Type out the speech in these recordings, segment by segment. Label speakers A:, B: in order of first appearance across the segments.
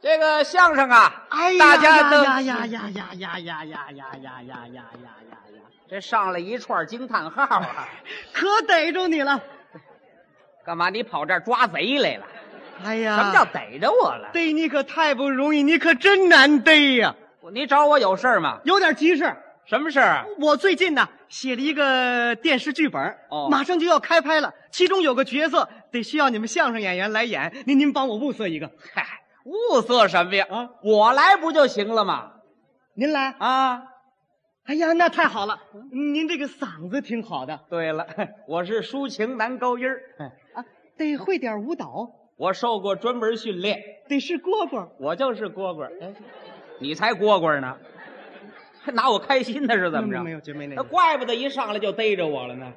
A: 这个相声啊，
B: 哎呀
A: 大家都
B: 呀呀呀呀呀呀呀呀呀呀呀呀呀呀呀！
A: 这上来一串惊叹号啊！
B: 可逮着你了！
A: 干嘛你跑这儿抓贼来了？
B: 哎
A: 什
B: 呀，
A: 么叫逮着我了？
B: 逮你可太不容易，你可真难逮呀、
A: 你找我有事儿吗？
B: 有点急事，
A: 什么事儿啊？
B: 我最近呢写了一个电视剧本，
A: 哦
B: 马上就要开拍了，其中有个角色得需要你们相声演员来演，您您帮我物色一个，
A: 嗨，物色什么呀？
B: 啊，
A: 我来不就行了吗？
B: 您来。
A: 啊，
B: 哎呀，那太好了，嗯您这个嗓子挺好的
A: 对了， 我是抒情男高音儿，
B: 啊，得会点舞蹈，
A: 我受过专门训练，
B: 得是蝈蝈。
A: 我就是蝈蝈。哎，你才蝈蝈呢， 还拿我开心呢是怎么着？
B: 嗯
A: 呃
B: 没有，绝没那
A: 那
B: 个，
A: 怪不得一上来就逮着我了呢，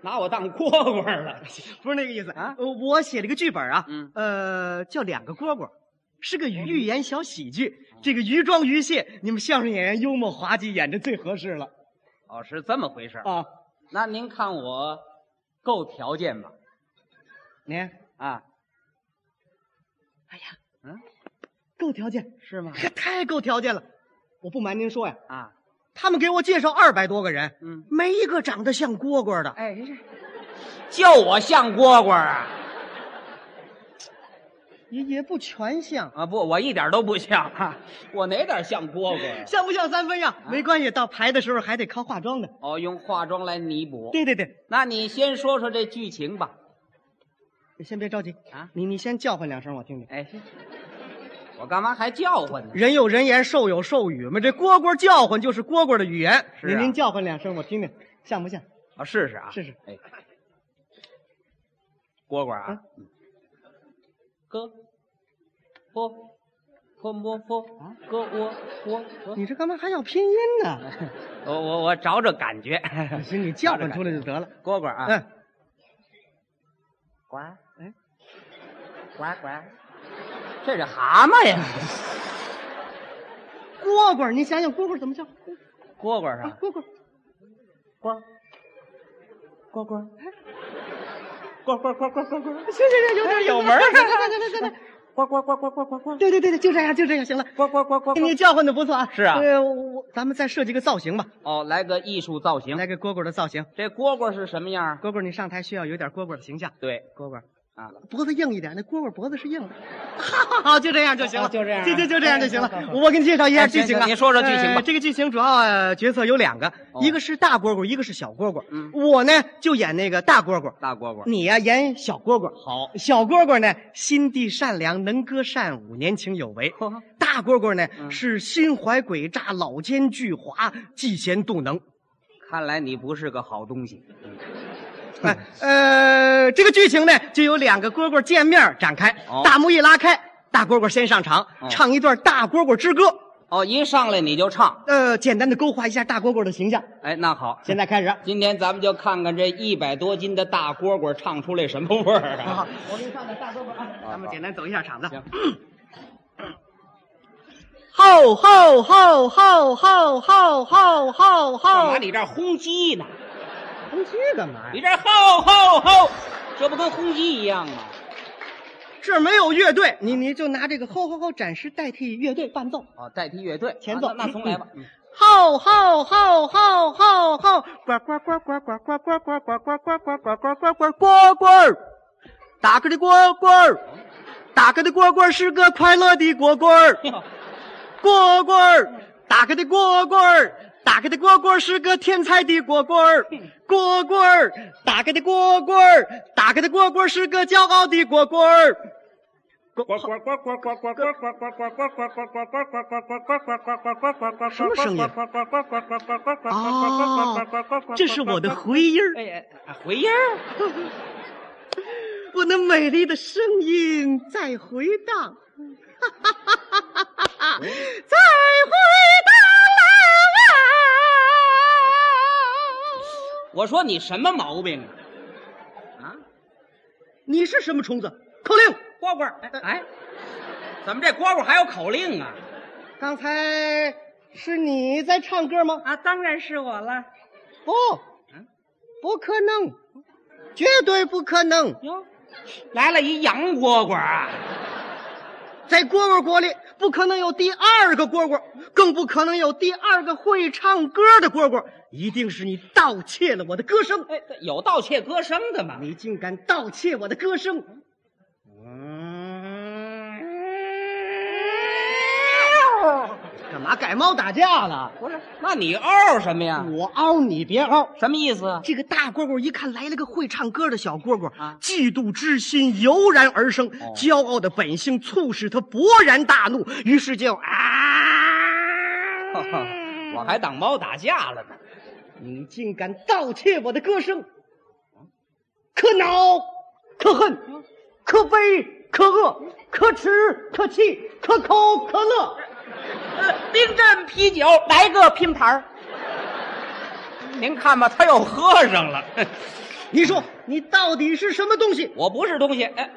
A: 拿我当蝈蝈了。
B: 不是那个意思
A: 啊
B: 呃我写了个剧本啊，
A: 嗯
B: 呃，叫《两个蝈蝈》，是个寓言小喜剧。这个鱼装鱼蟹，你们相声演员幽默滑稽，演着最合适了
A: 哦，是这么回事儿。
B: 啊！
A: 那您看我够条件吗？
B: 您，
A: 啊，
B: 哎呀，
A: 嗯，
B: 够条件，
A: 是吗？
B: 可太够条件了。我不瞒您说呀，
A: 啊，
B: 他们给我介绍二百多个人，
A: 嗯，
B: 没一个长得像蝈蝈的。
A: 哎，这就我像蝈蝈啊？
B: 也也不全像，
A: 啊，不，我一点都不像啊，我哪点像蝈蝈啊？
B: 像不像三分呀？没关系，到排的时候还得靠化妆呢。
A: 哦，用化妆来弥补。
B: 对对对，
A: 那你先说说这剧情吧。
B: 你先别着急
A: 啊
B: 你你先叫唤两声，我听听。
A: 哎，我干嘛还叫唤呢？
B: 人有人言，兽有兽语嘛。这蝈蝈叫唤就是蝈蝈的语言。
A: 是啊
B: 您您叫唤两声，我听听，像不像？
A: 啊，试试啊，
B: 试试。
A: 哎，蝈蝈啊
B: 啊，
A: 哥，波，波摸波，哥窝窝窝。
B: 你这干嘛还要拼音 呢？哎
A: 我我我找找感 觉。
B: 行，你叫唤出来就得了。
A: 蝈蝈啊，
B: 嗯，
A: 呱嗯
B: 哎，
A: 呱呱，这是蛤蟆 呀！
B: 蝈蝈，你想想蝈蝈怎么叫？啊，
A: 蝈蝈 啊，
B: 蝈蝈，
A: 呱，蝈蝈，蝈蝈蝈蝈蝈蝈，
B: 行行行，有点
A: 有门儿
B: 哎行行行行行行，
A: 呱呱呱呱呱呱呱，
B: 对对对对，就这样就这样，行了。
A: 呱呱呱呱。
B: 你叫唤的不错啊。
A: 是啊
B: 呃，我咱们再设计个造型吧，
A: 哦，来个艺术造型。
B: 来个蝈蝈的造型。
A: 这蝈蝈是什么样啊？
B: 蝈蝈，你上台需要有点蝈蝈的形象。
A: 对
B: 蝈蝈
A: 啊，
B: 脖子硬一点，那蝈蝈脖子是硬的。好好好，就这样就行了，
A: 啊就这样啊
B: 就就就这样就行了
A: 哎好好。好
B: 我给你介绍一下剧情
A: 行
B: 啊，
A: 行你说说剧情吧
B: 呃这个剧情主要呃角色有两个，
A: 哦
B: 一个是大蝈蝈，一个是小蝈蝈。
A: 嗯
B: 我呢就演那个大蝈蝈，
A: 大蝈蝈。
B: 你呀演小蝈蝈。
A: 好，
B: 小蝈蝈呢，心地善良，能歌善舞，年轻有为；大蝈蝈呢，
A: 嗯
B: 是心怀诡诈，老奸巨猾，嫉贤妒能。
A: 看来你不是个好东西。
B: 哎呃，这个剧情呢，就有两个蝈蝈见面展开，
A: 哦
B: 大幕一拉开，大蝈蝈先上场，
A: 哦
B: 唱一段《大蝈蝈之歌》，
A: 哦，一上来你就唱，
B: 呃，简单的勾画一下大蝈蝈的形象。
A: 哎，那好，
B: 现在开始，
A: 今天咱们就看看这一百多斤的大蝈蝈唱出来什么味儿
B: 好
A: 啊！
B: 好，我给你唱点大蝈蝈啊，
A: 好
B: 咱们简单走一下场子。
A: 哦行，
B: 吼吼吼吼吼吼吼吼
A: 干
B: 吼
A: 嘛！！你这儿轰鸡呢？
B: 红鸡干嘛
A: 你
B: 呀？
A: 这儿吼吼吼，这不跟轰鸡一样吗？
B: 这儿没有乐队，你你就拿这个吼吼吼展示代替乐队伴奏。
A: 哦，代替乐队
B: 前奏
A: 啊那那从来吧。嗯
B: 吼吼吼吼吼吼！呱呱呱呱呱呱呱呱呱呱呱呱呱呱呱呱呱呱！打个的蝈蝈，打个的蝈蝈是个快乐的蝈蝈，
A: 哎呦
B: 蝈蝈，打个的蝈蝈，打个的蝈蝈是个天才的蝈蝈，蝈蝈，打个的蝈蝈，打个的蝈蝈是个骄傲的蝈蝈。这是我的回音儿，
A: 哎呀，啊回音儿，
B: 我那美丽的声音在回 荡，哈哈哈哈哈哈，在回荡啦！
A: 我说你什么毛病啊？啊，
B: 你是什么虫子？口令。
A: 蝈蝈，哎哎，怎么这蝈蝈还有口令啊？
B: 刚才是你在唱歌吗？
A: 啊，当然是我了。
B: 不
A: 嗯，
B: 不可能，绝对不可能！
A: 哟，来了一洋蝈蝈啊！
B: 在蝈蝈国里，不可能有第二个蝈蝈，更不可能有第二个会唱歌的蝈蝈，一定是你盗窃了我的歌声，
A: 哎，有盗窃歌声的吗？
B: 你竟敢盗窃我的歌声！嗯干嘛改猫打架了？
A: 不是，那你嗷什么呀？
B: 我嗷你别嗷！
A: 什么意思？
B: 这个大蝈蝈一看来了个会唱歌的小蝈蝈
A: 啊
B: 嫉妒之心油然而生，骄傲的本性促使他勃然大怒，于是就啊！
A: 我还当猫打架了呢。
B: 你竟敢盗窃我的歌声，可恼，可恨，可悲，可恶，可耻，可气，可口，可乐。
A: 冰镇啤酒来个拼盘儿。您看吧，他又喝上了。
B: 你说你到底是什么东西？
A: 我不是东西，哎，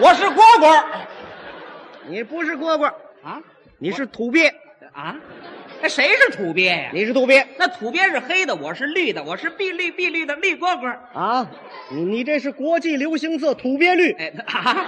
A: 我是蝈蝈
B: 你不是蝈蝈，
A: 啊
B: 你是土鳖，
A: 啊！那谁是土鳖呀、
B: 你是土鳖
A: 那土鳖是黑的，我是绿的，我是碧绿碧绿的绿蝈蝈。
B: 啊！你你这是国际流行色土鳖绿，
A: 哎啊，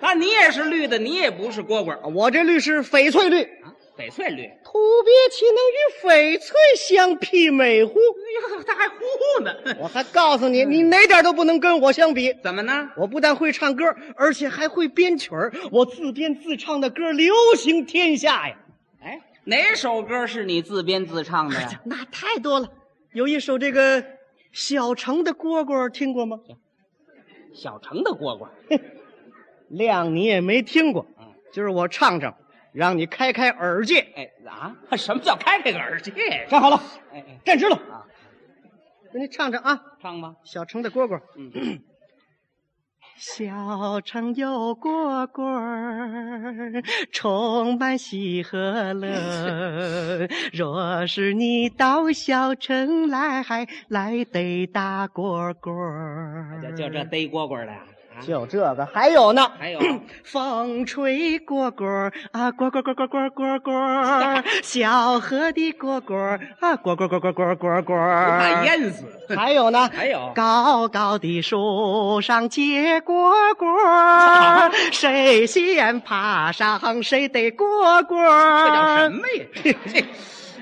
A: 那你也是绿的，你也不是蝈蝈
B: 我这绿是翡翠绿。
A: 啊，翡翠绿。哎
B: 土鳖岂能与翡翠相媲美乎？
A: 呦，哎他还呼呼呢。
B: 我还告诉你，你哪点都不能跟我相比。
A: 怎么呢？
B: 我不但会唱歌，而且还会编曲儿。我自编自唱的歌流行天下呀，
A: 哎，哪首歌是你自编自唱的呀？
B: 啊那太多了。有一首这个《小城的蝈蝈》，听过吗？
A: 小城的蝈蝈。
B: 亮，你也没听过。今儿我唱唱，让你开开耳界。
A: 哎啊，什么叫开开耳机？
B: 站好了，
A: 哎哎，
B: 站直了
A: 啊！
B: 给你唱唱啊，《
A: 唱吧。
B: 小城的蝈蝈》。
A: 嗯，
B: 小城有蝈蝈儿，充满喜和乐。若是你到小城来，还来逮大蝈蝈儿。
A: 就就这逮蝈蝈的呀啊。
B: 就这个，还有呢。
A: 还 有，
B: 风吹蝈蝈儿啊，蝈蝈蝈蝈蝈蝈蝈儿，小河的蝈蝈儿啊，蝈蝈蝈蝈蝈蝈蝈儿。
A: 怕淹死。
B: 还有呢？
A: 还有
B: 高高的树上结蝈蝈儿，谁先爬上谁得蝈蝈
A: 这叫什
B: 儿。
A: 么呀？ 这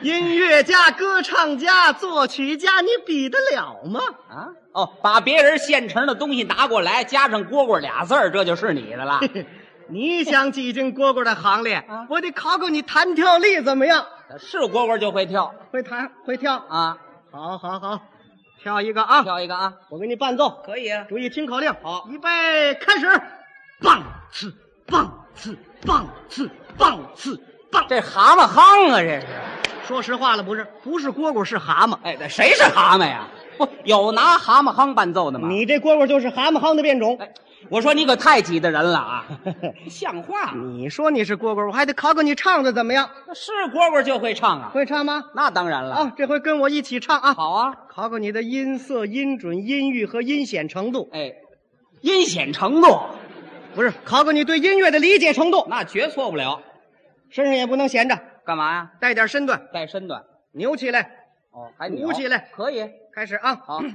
B: 音乐家、歌唱家、作曲家，你比得了吗？
A: 啊，哦，把别人现成的东西拿过来，加上“蝈蝈”俩字儿，这就是你的了。
B: 你想挤进蝈蝈的行列
A: 啊，
B: 我得考考你弹跳力怎么样？
A: 是蝈蝈就会跳
B: 会弹会跳？
A: 啊，
B: 好好好，跳一个啊！
A: 跳一个啊，
B: 我给你伴奏，
A: 可以啊。
B: 注意听口令。
A: 好
B: 预备，开始！棒次棒次棒次棒次棒。
A: 这蛤蟆夯啊，这是。
B: 说实话了，不是不是蝈蝈是蛤蟆，
A: 哎，这谁是蛤蟆呀？不，有拿蛤蟆夯伴奏的吗？
B: 你这蝈蝈就是蛤蟆夯的变种。
A: 哎，我说你可太挤的人了 啊，不像话吗？
B: 你说你是蝈蝈，我还得考考你唱的怎么样？
A: 那是蝈蝈就会唱啊，
B: 会唱吗？
A: 那当然了。
B: 啊，这回跟我一起唱啊！
A: 好啊，
B: 考考你的音色、音准、音域和音显程度，
A: 哎，阴险程度
B: 不是考考你对音乐的理解程度。
A: 那绝错不了。
B: 身上也不能闲着，
A: 干嘛呀？
B: 带点身段，
A: 带身段
B: 扭起来。
A: 哦，还
B: 扭
A: 扭可以。
B: 开始啊！
A: 好，嗯，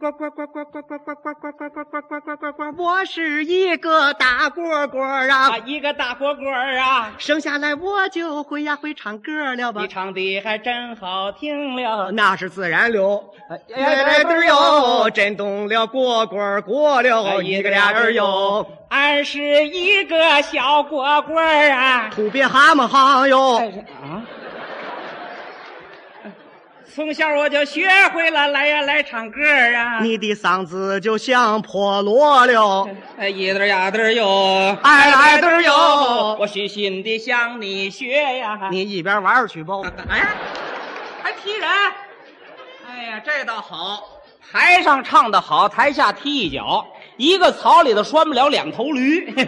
B: 呱呱呱呱呱呱呱呱呱呱呱呱呱呱呱呱！我是一个大蝈蝈
A: 啊，
B: 啊，
A: 一个大蝈蝈儿啊，
B: 生下来我就会呀，会唱歌了吧
A: 你？唱的还真好听了。
B: 那是自然流，
A: 哎
B: 一个俩人儿哟，震动了蝈蝈儿过
A: 哎
B: 了，一个俩人儿哟，，
A: 二十一个小蝈蝈儿啊。
B: 土鳖蛤蟆夯
A: 哎
B: 哟，
A: 这啊！从小我就学会了来呀来唱歌儿啊，
B: 你的嗓子就像破锣了，
A: 哎一对儿呀对儿哟，
B: 哎哎对儿
A: 哟，
B: 哟，
A: 我虚心的向你学呀。
B: 你一边玩儿去吧。
A: 哎呀，还踢人！哎呀，这倒好，台上唱得好，台下踢一脚，一个槽里头拴不了两头驴。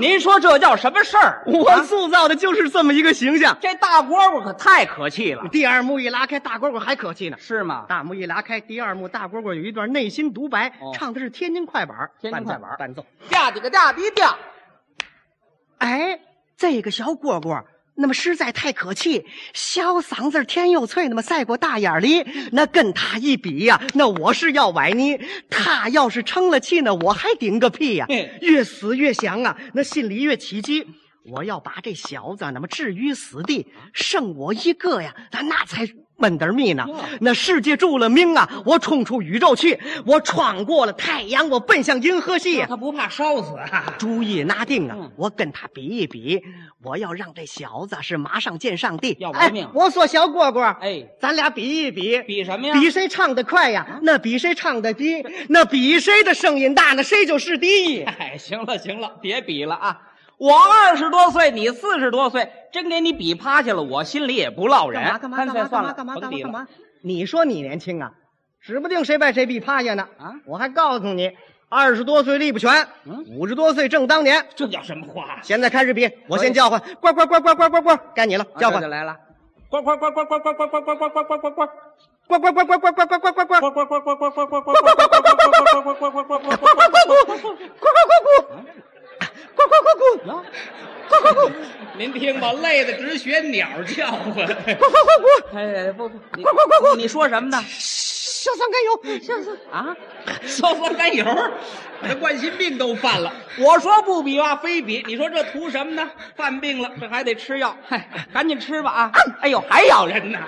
A: 您说这叫什么事儿？啊
B: 我塑造的就是这么一个形象。
A: 这大蝈蝈可太可气了，
B: 第二幕一拉开，大蝈蝈还可气呢。
A: 是吗？
B: 大幕一拉开，第二幕大蝈蝈有一段内心独白，
A: 哦
B: 唱的是天津快板儿，
A: 天津快板儿
B: 伴奏。伴奏
A: 嗲滴个嗲滴嗲。
B: 哎，这个小蝈蝈，那么实在太可气，小嗓子儿天又脆，那么赛过大眼儿梨，那跟他一比呀、那我是要崴泥。他要是撑了气呢，我还顶个屁呀、
A: 嗯
B: 越死越降啊，那心里越起鸡。我要把这小子那么置于死地，剩我一个呀，那那才闷得儿密呢
A: 哟。
B: 那世界注了命啊，我冲出宇宙去，我闯过了太阳，我奔向银河系呀。
A: 他不怕烧死啊？
B: 主意拿定啊
A: 嗯！
B: 我跟他比一比，我要让这小子是马上见上帝，
A: 要玩命
B: 哎我说小蝈蝈，
A: 哎，
B: 咱俩比一比，
A: 比什么呀？啊
B: 比谁唱得快呀？那比谁唱得低，那比谁的声音大，那谁就是第一。
A: 哎，行了行了，别比了啊！我二十多岁，你四十多岁，真给你比趴下了，我心里也不落人。
B: 干嘛
A: 干
B: 干
A: 脆
B: 嘛
A: 算
B: 干
A: 了，
B: 嘛干嘛
A: 甭
B: 干
A: 比
B: 嘛
A: 了
B: 干嘛？你说你年轻啊，指不定谁把谁比趴下呢。
A: 啊
B: 我还告诉你，二十多岁力不全，
A: 嗯
B: 五十多岁正当年。
A: 这叫什么话？啊
B: 现在开始比，我
A: 可以
B: 先叫唤，呱呱呱呱呱呱呱，该你了，叫
A: 啊
B: 唤
A: 这就，来了，呱呱呱呱呱呱呱呱呱呱呱呱呱呱呱。
B: 呱呱呱呱呱呱呱呱
A: 呱呱呱呱呱呱呱呱呱呱呱呱
B: 呱呱。
A: 呱呱呱呱呱啊 您听吧，累得直学鸟叫 唤。哎，不不，你你你说什 么呢？啊，烧酸甘油，我这冠心病都犯了。我说不比吧，非比。你说这图什么呢？犯病了，这还得吃药。嗨，赶紧吃吧啊！哎呦，还咬人呢。